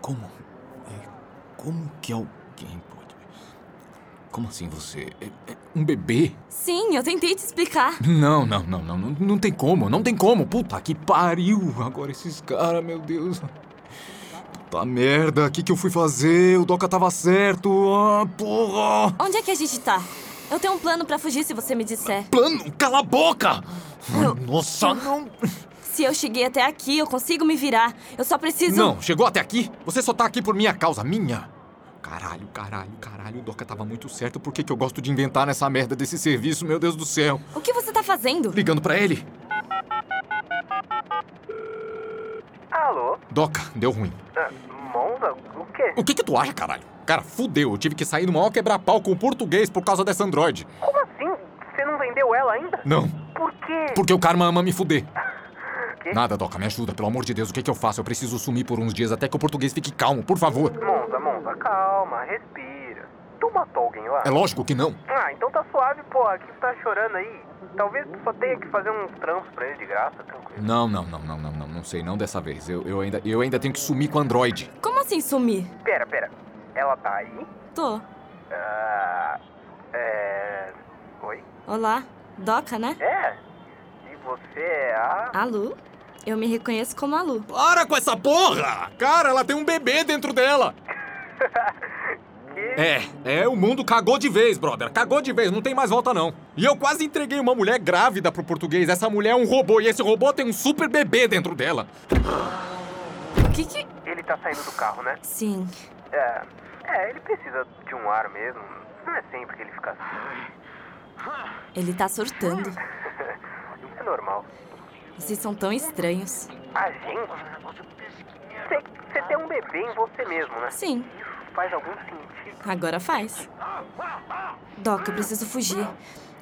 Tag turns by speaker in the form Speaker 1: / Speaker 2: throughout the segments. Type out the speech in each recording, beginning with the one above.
Speaker 1: Como? É, Como que alguém pode. Como assim você. é- é Um bebê?
Speaker 2: Sim, eu tentei te explicar.
Speaker 1: Não, não, não, não, não, não tem como, não tem como. Puta que pariu. Agora esses caras, meu Deus. Puta merda, o que, que eu fui fazer? O Doca tava certo. Ah, porra.
Speaker 2: Onde é que a gente tá? Eu tenho um plano pra fugir se você me disser.
Speaker 1: Plano, cala a boca!
Speaker 2: Eu-
Speaker 1: Nossa, não.
Speaker 2: Se eu cheguei até aqui, eu consigo me virar. Eu só preciso.
Speaker 1: Não, chegou até aqui? Você só tá aqui por minha causa, minha. Caralho, caralho, caralho, o Doca tava muito certo. Por que, que eu gosto de inventar nessa merda desse serviço, meu Deus do céu?
Speaker 2: O que você tá fazendo?
Speaker 1: Ligando pra ele.
Speaker 3: Alô?
Speaker 1: Doca, deu ruim.
Speaker 3: Ah, Monza? O quê?
Speaker 1: O que que tu acha, caralho? Cara, fudeu, eu tive que sair no maior quebra-pau com o português por causa dessa Android.
Speaker 3: Como assim? Você não vendeu ela ainda?
Speaker 1: Não,
Speaker 3: Por quê?
Speaker 1: porque o karma ama me fuder. Nada, Doca, me ajuda, pelo amor de Deus, o que que eu faço? Eu preciso sumir por uns dias até que o português fique calmo, por favor.
Speaker 3: Monza, Monza, calma, respira. Tu matou alguém lá?
Speaker 1: É lógico que não.
Speaker 3: Ah, então tá suave, porra. Que tá chorando aí. Talvez tu só tenha que fazer uns trampos pra ele de graça, tranquilo.
Speaker 1: Não, não, não, não, não, não, não sei, não dessa vez. Eu, eu, ainda, eu ainda tenho que sumir com o Android.
Speaker 2: Como assim sumir?
Speaker 3: Pera, pera. Ela tá aí?
Speaker 2: Tô.
Speaker 3: Ah, é... Oi?
Speaker 2: Olá. Doca, né?
Speaker 3: É? E você é a...
Speaker 2: A Lu? Eu me reconheço como a Lu.
Speaker 1: Para com essa porra! Cara, ela tem um bebê dentro dela! É, é, o mundo cagou de vez, brother. Cagou de vez, não tem mais volta não. E eu quase entreguei uma mulher grávida pro português. Essa mulher é um robô e esse robô tem um super bebê dentro dela.
Speaker 2: O que que.
Speaker 3: Ele tá saindo do carro, né?
Speaker 2: Sim.
Speaker 3: É, é, ele precisa de um ar mesmo. Não é sempre que ele fica assim.
Speaker 2: Ele tá surtando.
Speaker 3: É normal.
Speaker 2: Vocês são tão estranhos.
Speaker 3: A gente. Você tem um bebê em você mesmo, né?
Speaker 2: Sim,
Speaker 3: Isso faz algum sentido.
Speaker 2: agora faz. Doc, eu preciso fugir.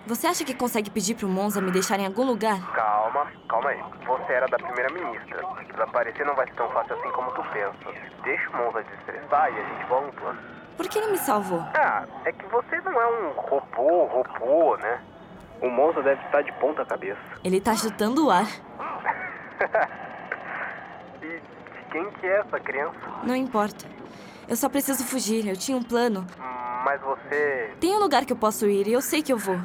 Speaker 2: Você acha que consegue pedir pro Monza me deixar em algum lugar?
Speaker 3: Calma, calma aí. Você era da primeira-ministra. Desaparecer não vai ser tão fácil assim como tu pensa. Deixa o Monza desestressar e a gente bola um plano.
Speaker 2: Por que ele me salvou?
Speaker 3: Ah, é que você não é um robô, robô, né? O Monza deve estar de ponta cabeça.
Speaker 2: Ele tá chutando o ar.
Speaker 3: E de quem que é essa criança?
Speaker 2: Não importa. Eu só preciso fugir. Eu tinha um plano.
Speaker 3: Hum, Mas você
Speaker 2: Tem um lugar que eu posso ir e eu sei que eu vou.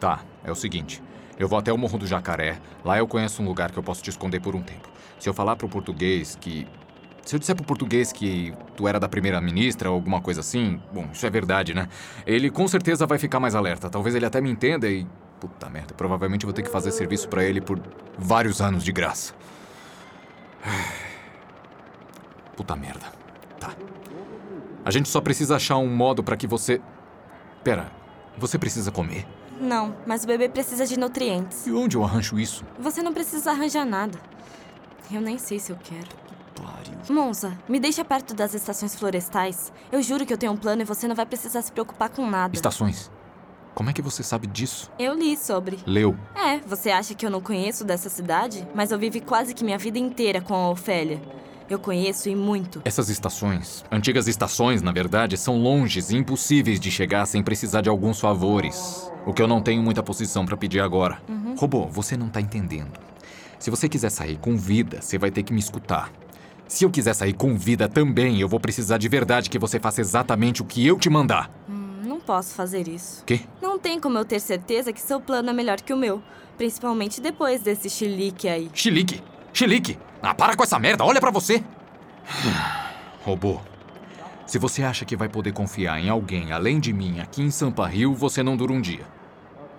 Speaker 1: Tá, é o seguinte. Eu vou até o Morro do Jacaré. Lá eu conheço um lugar que eu posso te esconder por um tempo. Se eu falar pro português que... Se eu disser pro português que tu era da primeira-ministra ou alguma coisa assim... Bom, isso é verdade, né? Ele com certeza vai ficar mais alerta. Talvez ele até me entenda e... Puta merda, provavelmente eu vou ter que fazer serviço pra ele por vários anos de graça. Puta merda. Tá. A gente só precisa achar um modo pra que você... Pera, você precisa comer?
Speaker 2: Não, mas o bebê precisa de nutrientes.
Speaker 1: E onde eu arranjo isso?
Speaker 2: Você não precisa arranjar nada. Eu nem sei se eu quero.
Speaker 1: Pariu.
Speaker 2: Monza, me deixa perto das estações florestais. Eu juro que eu tenho um plano e você não vai precisar se preocupar com nada.
Speaker 1: Estações. Como é que você sabe disso?
Speaker 2: Eu li sobre.
Speaker 1: Leu.
Speaker 2: É, você acha que eu não conheço dessa cidade? Mas eu vivi quase que minha vida inteira com a Ofélia. Eu conheço e muito.
Speaker 1: Essas estações, antigas estações, na verdade, são longes e impossíveis de chegar sem precisar de alguns favores. O que eu não tenho muita posição pra pedir agora. Robô, você não tá entendendo. Se você quiser sair com vida, você vai ter que me escutar. Se eu quiser sair com vida também, eu vou precisar de verdade que você faça exatamente o que eu te mandar.
Speaker 2: Hum, Não posso fazer isso.
Speaker 1: Quê?
Speaker 2: Não tem como eu ter certeza que seu plano é melhor que o meu. Principalmente depois desse chilique aí.
Speaker 1: Chilique! Chilique! Ah, para com essa merda, olha pra você! Robô, se você acha que vai poder confiar em alguém além de mim aqui em Sampa Rio, você não dura um dia.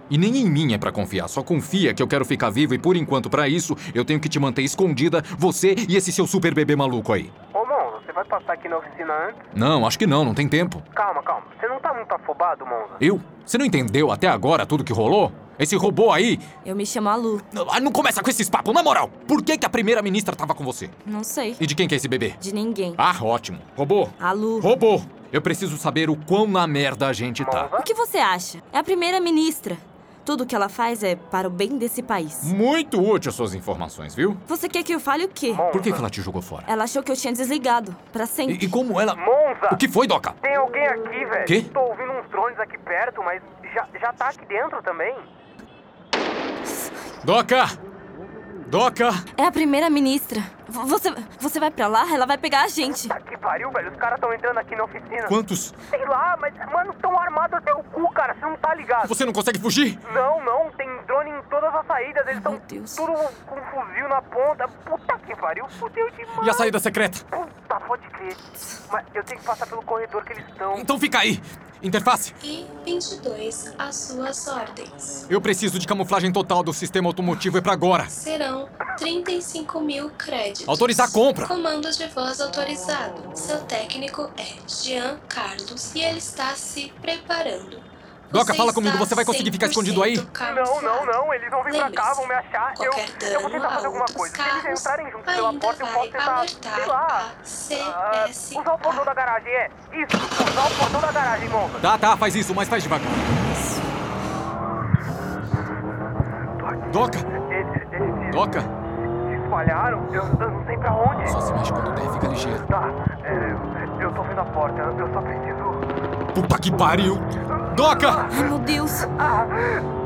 Speaker 1: E nem em mim é pra confiar, só confia que eu quero ficar vivo e por enquanto pra isso eu tenho que te manter escondida, você e esse seu super bebê maluco aí.
Speaker 3: Ô, Monza, você vai passar aqui na oficina antes?
Speaker 1: Não, acho que não, não tem tempo.
Speaker 3: Calma, calma. Você não tá muito afobado, Monza?
Speaker 1: Eu? Você não entendeu até agora tudo que rolou? Esse robô aí.
Speaker 2: Eu me chamo a Lu.
Speaker 1: Não, ah, não começa com esses papos, na moral! Por que, que a primeira-ministra tava com você?
Speaker 2: Não sei.
Speaker 1: E de quem que é esse bebê?
Speaker 2: De ninguém.
Speaker 1: Ah, ótimo. Robô,
Speaker 2: A Lu.
Speaker 1: Robô, eu preciso saber o quão na merda a gente tá.
Speaker 2: O que você acha? É a primeira ministra. Tudo que ela faz é para o bem desse país.
Speaker 1: Muito útil suas informações, viu?
Speaker 2: Você quer que eu fale o quê?
Speaker 3: Monza.
Speaker 1: Por que, que ela te jogou fora?
Speaker 2: Ela achou que eu tinha desligado. Pra sempre.
Speaker 1: E, e como ela.
Speaker 3: Monza!
Speaker 1: O que foi, Doca?
Speaker 3: Tem alguém aqui, velho.
Speaker 1: Quê?
Speaker 3: Tô ouvindo uns drones aqui perto, mas já, já tá aqui dentro também.
Speaker 1: Doca! Doca!
Speaker 2: É a primeira-ministra. V- Você, você vai pra lá, ela vai pegar a gente.
Speaker 4: Tá que pariu, velho. Os caras estão entrando aqui na oficina.
Speaker 1: Quantos?
Speaker 4: Sei lá, mas, mano, tão armados até o cu, cara. Você não tá ligado.
Speaker 1: Você não consegue fugir?
Speaker 4: Não, não. Tem drone em todas as saídas. Eles estão
Speaker 2: Meu Deus.
Speaker 4: tudo com um fuzil na ponta. Puta que pariu. Fudeu demais.
Speaker 1: E a saída secreta?
Speaker 4: Puta, pode crer. Mas eu tenho que passar pelo corredor que eles estão.
Speaker 1: Então fica aí! Interface,
Speaker 5: E 22 às suas ordens.
Speaker 1: eu preciso de camuflagem total do sistema automotivo é pra agora.
Speaker 5: Serão 35 mil créditos.
Speaker 1: Autorizar a compra.
Speaker 5: Comando de voz autorizado. Seu técnico é Jean Carlos e ele está se preparando.
Speaker 1: Doca,
Speaker 5: Você
Speaker 1: fala comigo,
Speaker 5: está
Speaker 1: você vai conseguir ficar escondido aí?
Speaker 5: 100%
Speaker 4: Não, não,
Speaker 5: camuflado.
Speaker 4: não. Eles vão vir pra cá,
Speaker 5: Lembre-se,
Speaker 4: vão me achar. Eu,
Speaker 5: Qualquer dano
Speaker 4: eu vou tentar
Speaker 5: a
Speaker 4: fazer alguma
Speaker 5: outros
Speaker 4: coisa. Se
Speaker 5: carros,
Speaker 4: eles entrarem juntos pela
Speaker 5: ainda
Speaker 4: porta, eu posso
Speaker 5: vai
Speaker 4: tentar.
Speaker 5: alertar
Speaker 4: Sei lá.
Speaker 5: a
Speaker 4: ah,
Speaker 5: CSA.
Speaker 4: usar o portão da garagem, é? Isso, usar o portão da garagem, monga.
Speaker 1: Tá, tá, faz isso, mas faz devagar. Doca!
Speaker 4: Eles, eles
Speaker 1: Doca!
Speaker 4: se espalharam. Eu, eu não sei pra onde.
Speaker 1: Só se mexe quando der, fica ligeiro.
Speaker 4: Tá, é, eu tô vendo a porta. Eu só preciso.
Speaker 1: Puta que pariu! Doca!
Speaker 2: Ai, meu Deus.
Speaker 4: Ah,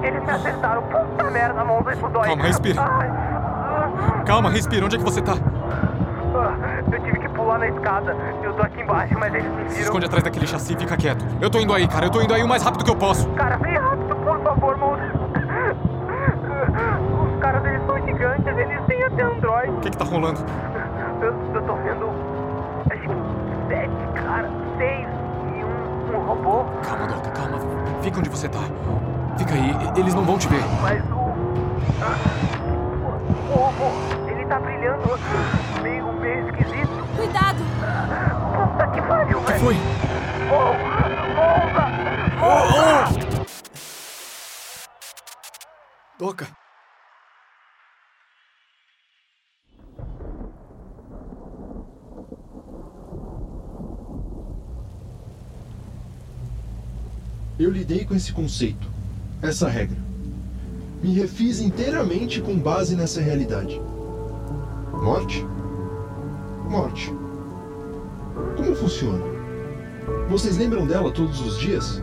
Speaker 4: eles me acertaram. Puta merda, monga. Isso dói.
Speaker 1: Calma, respira.
Speaker 4: Ai, ah,
Speaker 1: Calma, respira, onde é que você tá?
Speaker 4: ah, eu tive que pular na escada. Eu tô aqui embaixo, mas eles me
Speaker 1: Se
Speaker 4: viram.
Speaker 1: esconde atrás daquele chassi e fica quieto. Eu tô indo aí, cara, eu tô indo aí o mais rápido que eu posso.
Speaker 4: Cara, vem rápido, por favor, moça. Os caras, eles são gigantes, eles têm até Android.
Speaker 1: O que que tá rolando?
Speaker 4: Eu, eu tô vendo, acho que sete, cara, seis e um, um robô.
Speaker 1: Calma, Doca, calma. Fica onde você tá. Fica aí, e- eles não vão te ver.
Speaker 4: Mas o... ah, O robô, ele tá brilhando meio, meio esquisito.
Speaker 2: Cuidado.
Speaker 4: Puta que pariu,
Speaker 1: O que
Speaker 4: velho.
Speaker 1: foi?
Speaker 4: Porra, porra, porra.
Speaker 1: Doca!
Speaker 6: Eu lidei com esse conceito, essa regra. Me refiz inteiramente com base nessa realidade. Morte? Morte. Como funciona? Vocês lembram dela todos os dias?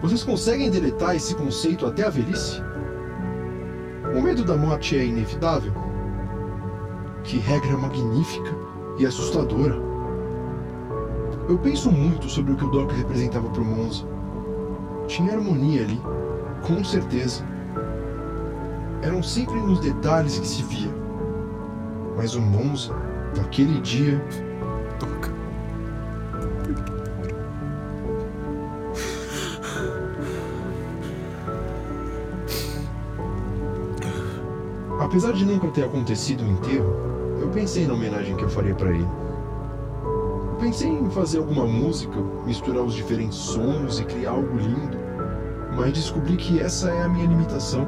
Speaker 6: Vocês conseguem deletar esse conceito até a velhice? O medo da morte é inevitável? Que regra magnífica e assustadora! Eu penso muito sobre o que o Doc representava para o Monza. Tinha harmonia ali, com certeza. Eram sempre nos detalhes que se via. Mas o Monza, naquele dia,
Speaker 1: Doca.
Speaker 6: apesar de nunca ter acontecido o enterro, eu pensei na homenagem que eu faria pra ele. Pensei em fazer alguma música, misturar os diferentes sons e criar algo lindo, mas descobri que essa é a minha limitação.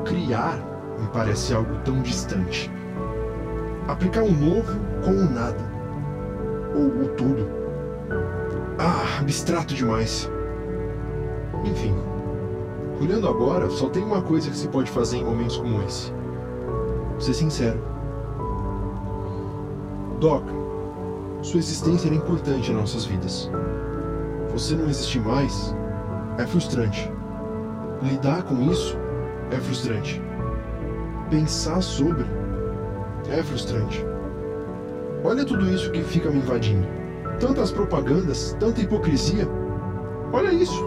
Speaker 6: O criar me parece algo tão distante. Aplicar o novo com o nada, ou o tudo. Ah, abstrato demais. Enfim. Olhando agora, só tem uma coisa que se pode fazer em momentos como esse. Ser sincero. Doc, sua existência era importante em nossas vidas. Você não existir mais é frustrante. Lidar com isso é frustrante. Pensar sobre é frustrante. Olha tudo isso que fica me invadindo. Tantas propagandas, tanta hipocrisia. Olha isso.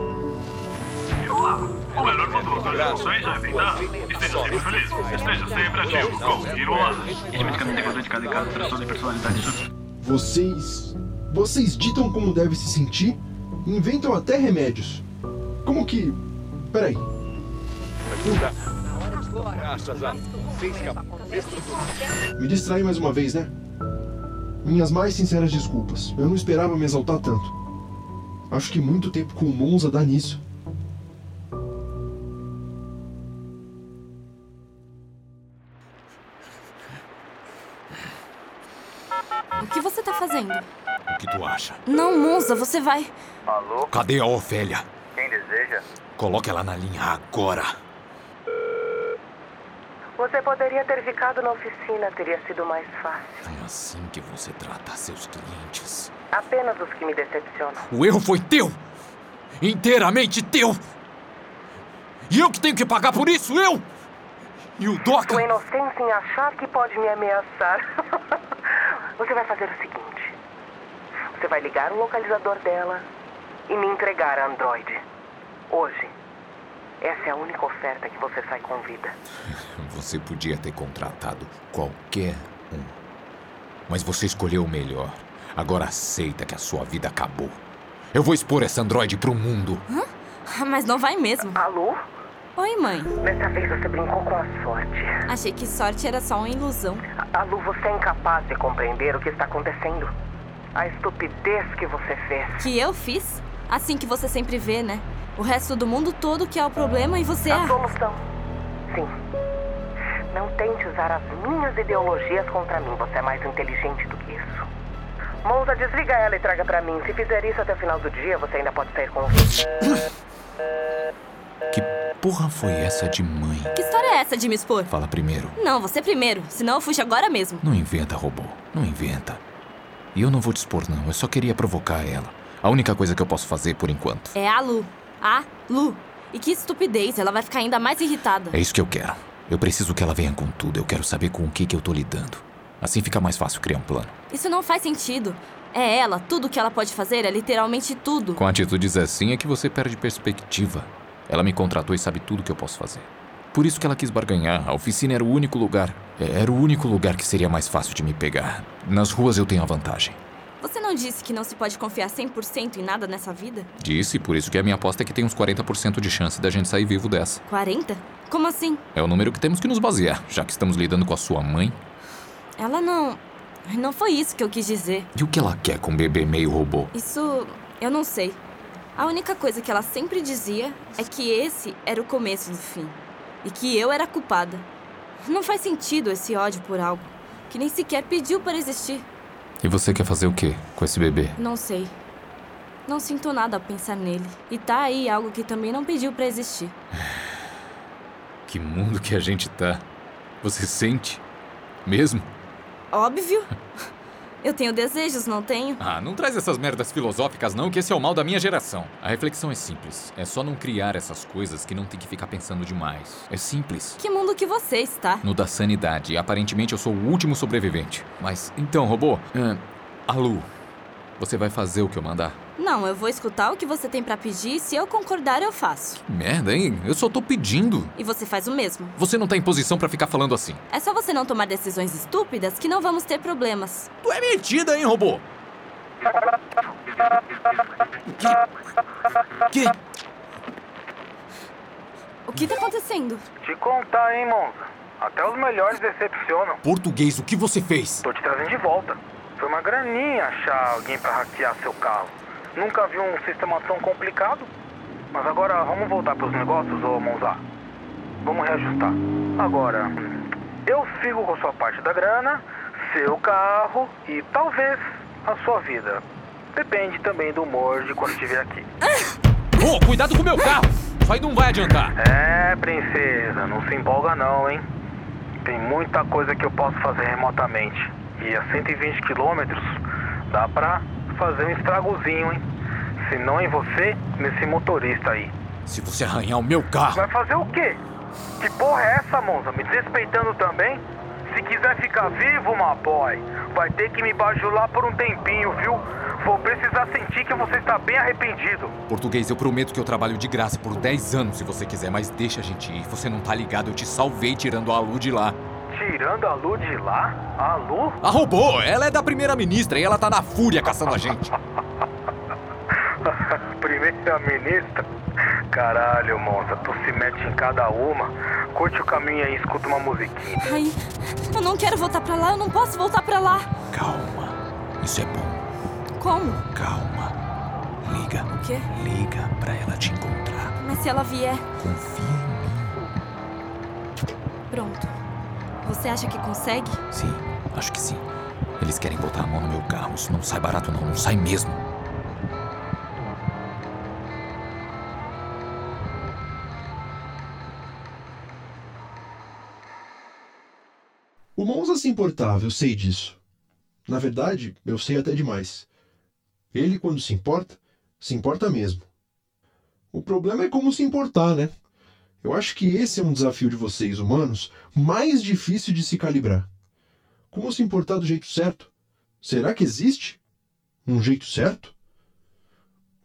Speaker 7: O melhor de duas organizações é tentar. Esteja sempre feliz. Esteja sempre ativo. Com Iroasa.
Speaker 8: Este medicamento é importante caso em caso, transtorno de personalidade súbita.
Speaker 6: Vocês. Vocês ditam como deve se sentir e inventam até remédios. Como que. Peraí. Me distraí mais uma vez, né? Minhas mais sinceras desculpas. Eu não esperava me exaltar tanto. Acho que muito tempo com o Monza dá nisso.
Speaker 2: O que você tá fazendo?
Speaker 1: O que tu acha?
Speaker 2: Não, Monza, você vai.
Speaker 4: Alô,
Speaker 1: Cadê a Ofélia?
Speaker 4: quem deseja?
Speaker 1: Coloque ela na linha agora.
Speaker 9: Você poderia ter ficado na oficina, teria sido mais fácil.
Speaker 1: É assim que você trata seus clientes.
Speaker 9: Apenas os que me decepcionam.
Speaker 1: O erro foi teu! Inteiramente teu! E eu que tenho que pagar por isso, eu! E o
Speaker 9: O
Speaker 1: Doca?
Speaker 9: inocente em achar que pode me ameaçar. Você vai fazer o seguinte: você vai ligar o localizador dela e me entregar a Android. Hoje. Essa é a única oferta que você sai com vida.
Speaker 1: Você podia ter contratado qualquer um. Mas você escolheu o melhor. Agora aceita que a sua vida acabou. Eu vou expor essa androide pro mundo.
Speaker 2: Mas não vai mesmo.
Speaker 9: Alô?
Speaker 2: Oi, mãe.
Speaker 9: Dessa vez você brincou com a sorte.
Speaker 2: Achei que sorte era só uma ilusão.
Speaker 9: Alu, você é incapaz de compreender o que está acontecendo. A estupidez que você fez.
Speaker 2: Que eu fiz? Assim que você sempre vê, né? O resto do mundo todo que é o problema e você é.
Speaker 9: A solução. Sim. Não tente usar as minhas ideologias contra mim. Você é mais inteligente do que isso. Monza, desliga ela e traga pra mim. Se fizer isso até o final do dia, você ainda pode sair com o
Speaker 1: Que porra foi essa de mãe?
Speaker 2: Que história é essa de me expor?
Speaker 1: Fala primeiro.
Speaker 2: Não, você primeiro, senão eu fujo agora mesmo.
Speaker 1: Não inventa, robô. Não inventa. E eu não vou te expor, não. Eu só queria provocar ela. A única coisa que eu posso fazer por enquanto.
Speaker 2: É a Lu. A Lu. E que estupidez, ela vai ficar ainda mais irritada.
Speaker 1: É isso que eu quero. Eu preciso que ela venha com tudo. Eu quero saber com o que, que eu tô lidando. Assim fica mais fácil criar um plano.
Speaker 2: Isso não faz sentido. É ela, tudo que ela pode fazer é literalmente tudo.
Speaker 1: Com atitudes assim é que você perde perspectiva. Ela me contratou e sabe tudo que eu posso fazer. Por isso que ela quis barganhar. A oficina era o único lugar. é, Era o único lugar que seria mais fácil de me pegar. Nas ruas eu tenho a vantagem.
Speaker 2: Você não disse que não se pode confiar 100% em nada nessa vida?
Speaker 1: Disse, por isso que a minha aposta é que tem uns 40% de chance da gente sair vivo dessa.
Speaker 2: 40? Como assim?
Speaker 1: É o número que temos que nos basear, já que estamos lidando com a sua mãe.
Speaker 2: Ela não. Não foi isso que eu quis dizer.
Speaker 1: E o que ela quer com um bebê meio robô?
Speaker 2: Isso eu não sei. A única coisa que ela sempre dizia é que esse era o começo do fim e que eu era a culpada. Não faz sentido esse ódio por algo que nem sequer pediu para existir.
Speaker 1: E você quer fazer o quê com esse bebê?
Speaker 2: Não sei. Não sinto nada ao pensar nele. E tá aí algo que também não pediu para existir.
Speaker 1: Que mundo que a gente tá. Você sente? Mesmo?
Speaker 2: Óbvio. Eu tenho desejos, não tenho?
Speaker 1: Ah, não traz essas merdas filosóficas não, que esse é o mal da minha geração. A reflexão é simples. É só não criar essas coisas que não tem que ficar pensando demais. É simples.
Speaker 2: Que mundo que você está?
Speaker 1: No da sanidade, aparentemente eu sou o último sobrevivente. Mas então, robô, ahn, Alu, você vai fazer o que eu mandar?
Speaker 2: Não, eu vou escutar o que você tem para pedir e se eu concordar eu faço.
Speaker 1: Merda, hein? Eu só tô pedindo.
Speaker 2: E você faz o mesmo.
Speaker 1: Você não tá em posição pra ficar falando assim.
Speaker 2: É só você não tomar decisões estúpidas que não vamos ter problemas.
Speaker 1: Tu é metida, hein, robô? Que? que?
Speaker 2: O que tá acontecendo?
Speaker 10: Te contar, hein, Monza? Até os melhores decepcionam.
Speaker 1: Português, o que você fez?
Speaker 10: Tô te trazendo de volta. Foi uma graninha achar alguém pra hackear seu carro. Nunca vi um sistema tão complicado. Mas agora vamos voltar pros negócios, ô Monza. Vamos reajustar. Agora, eu sigo com sua parte da grana, seu carro e talvez a sua vida. Depende também do humor de quando estiver aqui.
Speaker 1: Ô, cuidado com o meu carro! Isso aí não vai adiantar.
Speaker 10: É, princesa, não se empolga não, hein? Tem muita coisa que eu posso fazer remotamente. E a 120 quilômetros dá pra fazer um estragozinho, hein? Se não em você, nesse motorista aí.
Speaker 1: Se você arranhar o meu carro.
Speaker 10: Vai fazer o quê? Que porra é essa, Monza? Me desrespeitando também? Se quiser ficar vivo, my boy, vai ter que me bajular por um tempinho, viu? Vou precisar sentir que você está bem arrependido.
Speaker 1: Português, eu prometo que eu trabalho de graça por 10 anos se você quiser, mas deixa a gente ir. Você não tá ligado, eu te salvei tirando a Lu de lá.
Speaker 10: Tirando a Lu de lá? A Lu?
Speaker 1: A robô, ela é da primeira-ministra e ela tá na fúria caçando a gente.
Speaker 10: Primeira-ministra? Caralho, Monza, tu se mete em cada uma. Curte o caminho aí, escuta uma musiquinha.
Speaker 2: Ai, eu não quero voltar pra lá, eu não posso voltar pra lá.
Speaker 1: Calma. Isso é bom.
Speaker 2: Como?
Speaker 1: Calma. Liga.
Speaker 2: O quê?
Speaker 1: Liga pra ela te encontrar.
Speaker 2: Mas se ela vier,
Speaker 1: Confia em mim.
Speaker 2: pronto. Você acha que consegue?
Speaker 1: Sim, acho que sim. Eles querem botar a mão no meu carro. Isso não sai barato, não. Não sai mesmo.
Speaker 6: O Monza se importava, eu sei disso. Na verdade, eu sei até demais. Ele, quando se importa, se importa mesmo. O problema é como se importar, né? Eu acho que esse é um desafio de vocês, humanos, mais difícil de se calibrar. Como se importar do jeito certo? Será que existe um jeito certo?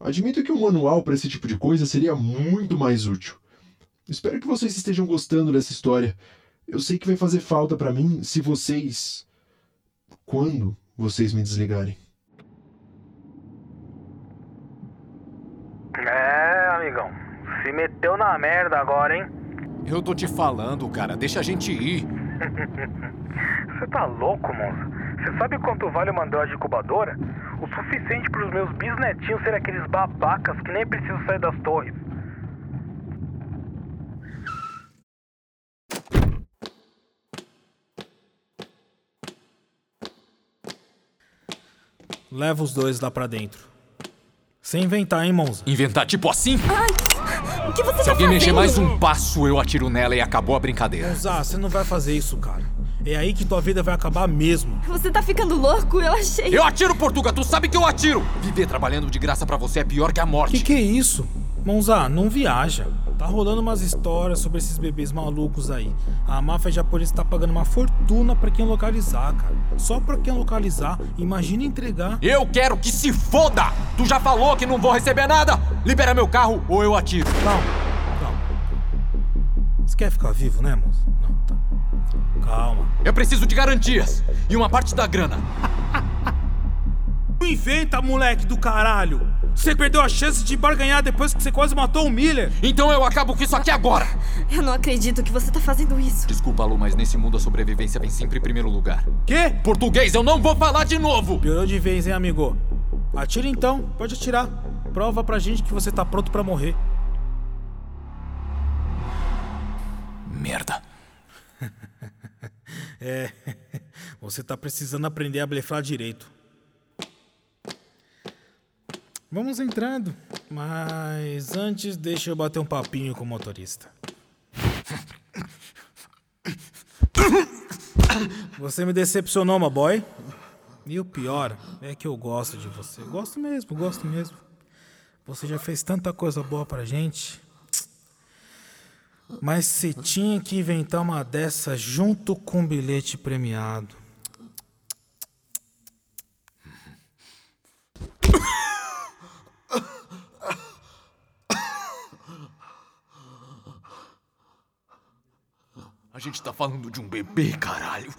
Speaker 6: Admito que um manual para esse tipo de coisa seria muito mais útil. Espero que vocês estejam gostando dessa história. Eu sei que vai fazer falta para mim se vocês. Quando vocês me desligarem.
Speaker 10: É, amigão. Se meteu na merda agora, hein?
Speaker 1: Eu tô te falando, cara, deixa a gente ir.
Speaker 10: Você tá louco, moço? Você sabe quanto vale uma androide incubadora? O suficiente pros meus bisnetinhos serem aqueles babacas que nem precisam sair das torres.
Speaker 11: Leva os dois lá pra dentro. Sem inventar, hein, Monza?
Speaker 1: Inventar tipo assim?
Speaker 2: Ai, o que você
Speaker 1: Se
Speaker 2: tá
Speaker 1: alguém mexer
Speaker 2: fazendo?
Speaker 1: mais um passo, eu atiro nela e acabou a brincadeira.
Speaker 11: Monza, Ah, você não vai fazer isso, cara. É aí que tua vida vai acabar mesmo.
Speaker 2: Você tá ficando louco? Eu achei.
Speaker 1: Eu atiro, Portuga, tu sabe que eu atiro! Viver trabalhando de graça pra você é pior que a morte.
Speaker 11: Que que é isso? Monza, não viaja. Tá rolando umas histórias sobre esses bebês malucos aí. A máfia japonesa tá pagando uma fortuna pra quem localizar, cara. Só pra quem localizar, imagina entregar.
Speaker 1: Eu quero que se foda! Tu já falou que não vou receber nada! Libera meu carro ou eu atiro.
Speaker 11: Calma, calma. Você quer ficar vivo, né, Monza? Não, tá. Calma.
Speaker 1: Eu preciso de garantias e uma parte da grana.
Speaker 11: Não inventa, moleque do caralho! Você perdeu a chance de barganhar depois que você quase matou o Miller!
Speaker 1: Então eu acabo com isso aqui agora!
Speaker 2: Eu não acredito que você tá fazendo isso.
Speaker 1: Desculpa, Lu, mas nesse mundo a sobrevivência vem sempre em primeiro lugar.
Speaker 11: Quê?
Speaker 1: Português, eu não vou falar de novo!
Speaker 11: Piorou de vez, hein, amigo? Atira então, pode atirar. Prova pra gente que você tá pronto pra morrer.
Speaker 1: Merda.
Speaker 11: É, você tá precisando aprender a blefar direito. Vamos entrando, mas antes deixa eu bater um papinho com o motorista. Você me decepcionou, my boy. E o pior é que eu gosto de você. Gosto mesmo, gosto mesmo. Você já fez tanta coisa boa pra gente. Mas você tinha que inventar uma dessa junto com o bilhete premiado.
Speaker 1: A gente tá falando de um bebê, caralho.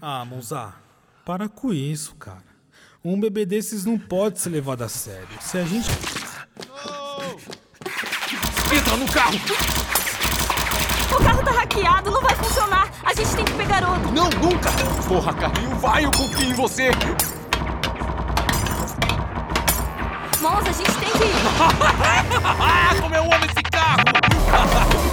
Speaker 11: Ah, Monza, para com isso, cara. Um bebê desses não pode ser levado a sério. Se a gente.
Speaker 1: Entra no carro!
Speaker 2: O carro tá hackeado, não vai funcionar. A gente tem que pegar outro.
Speaker 1: Não, nunca! Porra, carrinho, vai, eu confio em você!
Speaker 2: Monza, a gente tem que ir.
Speaker 1: Ah, como eu amo esse carro!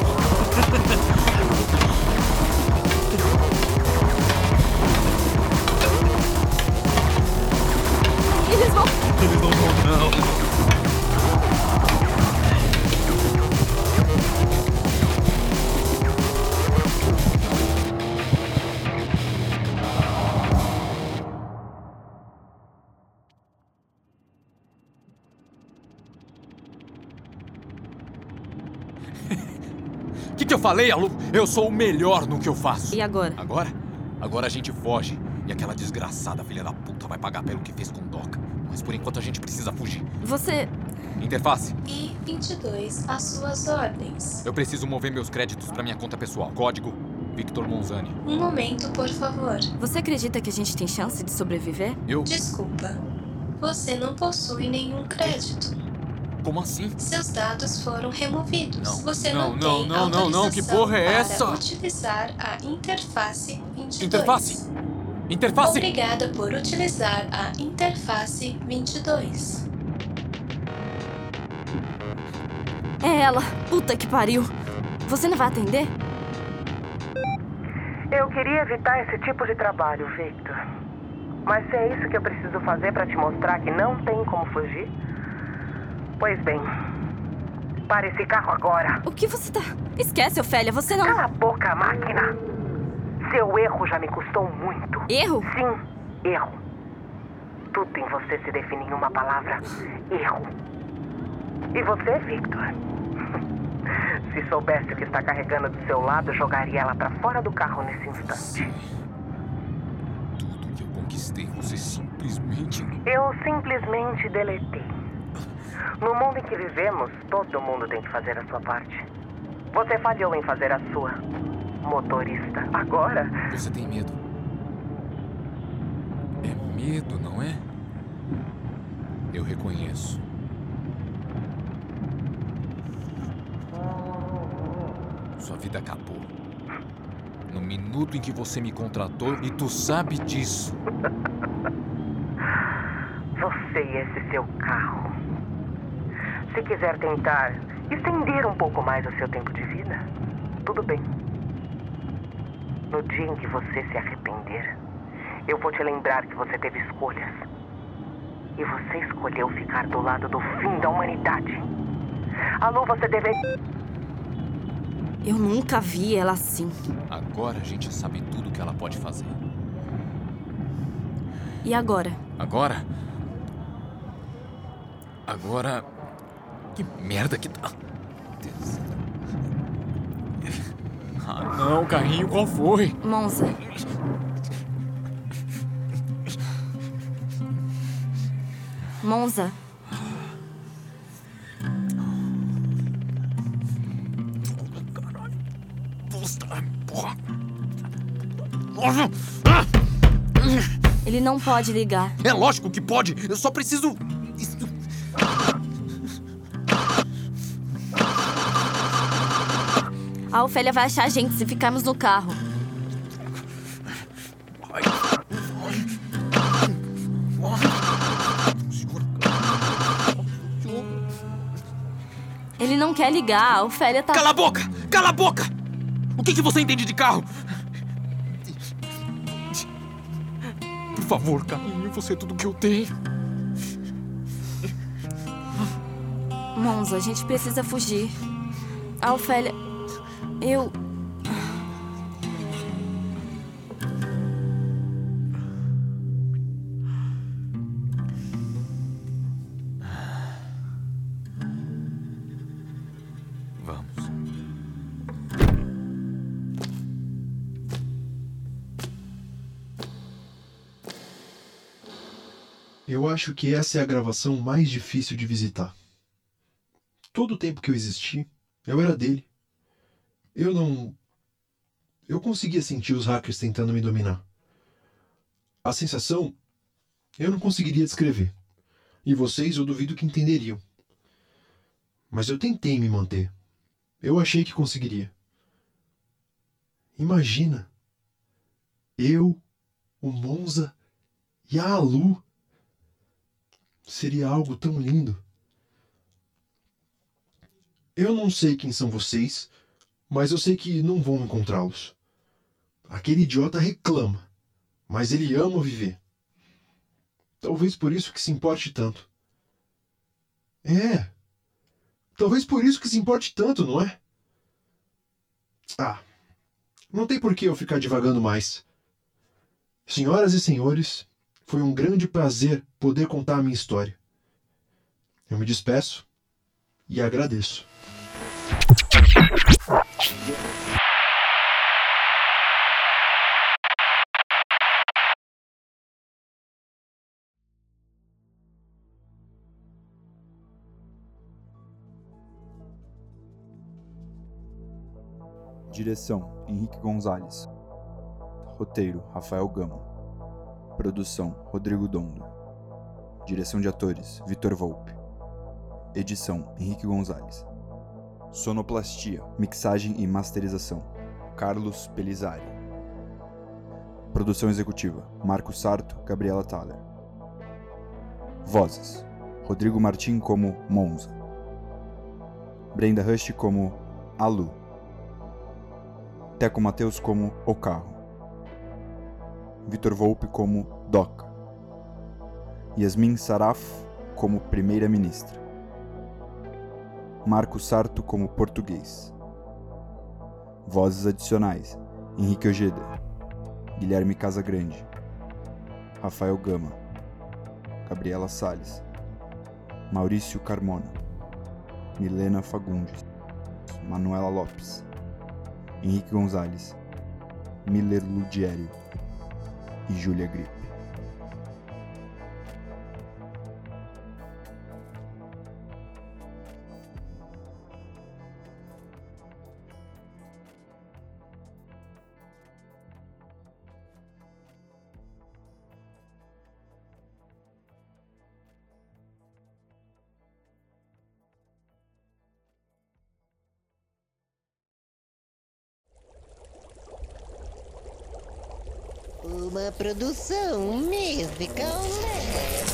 Speaker 2: Eles vão.
Speaker 1: O que, que eu falei, Alu? Eu sou o melhor no que eu faço.
Speaker 2: E agora?
Speaker 1: Agora? Agora a gente foge. E aquela desgraçada filha da puta vai pagar pelo que fez com o Doca. Mas por enquanto a gente precisa fugir.
Speaker 2: Você.
Speaker 1: Interface,
Speaker 5: E 22 às suas ordens.
Speaker 1: eu preciso mover meus créditos pra minha conta pessoal. Código Victor Monzani.
Speaker 5: Um momento, por favor.
Speaker 2: Você acredita que a gente tem chance de sobreviver?
Speaker 1: Eu?
Speaker 5: Desculpa. Você não possui nenhum crédito.
Speaker 1: Como assim?
Speaker 5: Seus dados foram removidos.
Speaker 1: Não,
Speaker 5: Você não,
Speaker 1: não, não,
Speaker 5: tem
Speaker 1: não, não, não, que
Speaker 5: autorização
Speaker 1: porra é
Speaker 5: para
Speaker 1: essa?
Speaker 5: utilizar a interface 22.
Speaker 1: Interface! Interface!
Speaker 5: Obrigada por utilizar a interface 22.
Speaker 2: É ela. Puta que pariu. Você não vai atender?
Speaker 9: Eu queria evitar esse tipo de trabalho, Victor. Mas se é isso que eu preciso fazer para te mostrar que não tem como fugir. Pois bem, para esse carro agora.
Speaker 2: O que você tá. Esquece, Ofélia, você não.
Speaker 9: Cala a boca, máquina. Seu erro já me custou muito.
Speaker 2: Erro?
Speaker 9: Sim, erro. Tudo em você se define em uma palavra: erro. E você, Victor? Se soubesse o que está carregando do seu lado, jogaria ela para fora do carro nesse instante.
Speaker 1: Tudo que eu conquistei, você simplesmente.
Speaker 9: Eu simplesmente deletei. No mundo em que vivemos, todo mundo tem que fazer a sua parte. Você falhou em fazer a sua. Motorista, agora
Speaker 1: Você tem medo. É medo, não é? Eu reconheço. Sua vida acabou. No minuto em que você me contratou, e tu sabe disso.
Speaker 9: Você e esse seu carro. Se quiser tentar estender um pouco mais o seu tempo de vida, tudo bem. No dia em que você se arrepender, eu vou te lembrar que você teve escolhas. E você escolheu ficar do lado do fim da humanidade. Alô, você deveria.
Speaker 2: Eu nunca vi ela assim.
Speaker 1: Agora a gente sabe tudo o que ela pode fazer.
Speaker 2: E agora?
Speaker 1: Agora. Agora. Que merda que tá. Des- Ah, não, carrinho, qual foi?
Speaker 2: Monza, Monza,
Speaker 1: Caralho. Puta, porra. Nossa,
Speaker 2: ele não pode ligar.
Speaker 1: É lógico que pode, eu só preciso.
Speaker 2: A Ofélia vai achar a gente se ficarmos no carro. Ele não quer ligar, a Ofélia tá.
Speaker 1: Cala a boca! Cala a boca! O que, que você entende de carro? Por favor, carrinho, você é tudo que eu tenho.
Speaker 2: Monza, a gente precisa fugir. A Ofélia. Eu.
Speaker 1: Vamos.
Speaker 6: Eu acho que essa é a gravação mais difícil de visitar. Todo o tempo que eu existi, eu era dele. Eu não. Eu conseguia sentir os hackers tentando me dominar. A sensação. Eu não conseguiria descrever. E vocês eu duvido que entenderiam. Mas eu tentei me manter. Eu achei que conseguiria. Imagina. Eu, o Monza e a Alu. Seria algo tão lindo. Eu não sei quem são vocês, mas eu sei que não vão encontrá-los. Aquele idiota reclama, mas ele ama viver. Talvez por isso que se importe tanto. É. Talvez por isso que se importe tanto, não é? Ah. Não tem por que eu ficar divagando mais. Senhoras e senhores, foi um grande prazer poder contar a minha história. Eu me despeço e agradeço.
Speaker 12: Direção: Henrique Gonzalez. Roteiro: Rafael Gama. Produção: Rodrigo Dondo. Direção de atores: Vitor Volpe. Edição: Henrique Gonzalez. Sonoplastia, mixagem e masterização: Carlos Pelizari. Produção executiva: Marco Sarto, Gabriela Thaler. Vozes: Rodrigo Martim como Monza. Brenda Rush como Alu. Teco Mateus como O Carro, Vitor Volpe como Doca, Yasmin Saraf como Primeira-Ministra, Marco Sarto como Português. Vozes adicionais: Henrique Ojeda, Guilherme Casagrande, Rafael Gama, Gabriela Salles, Maurício Carmona, Milena Fagundes, Manuela Lopes, Henrique Gonzalez, Miller Ludiério e Júlia Gripe.
Speaker 6: Uma produção musical leve.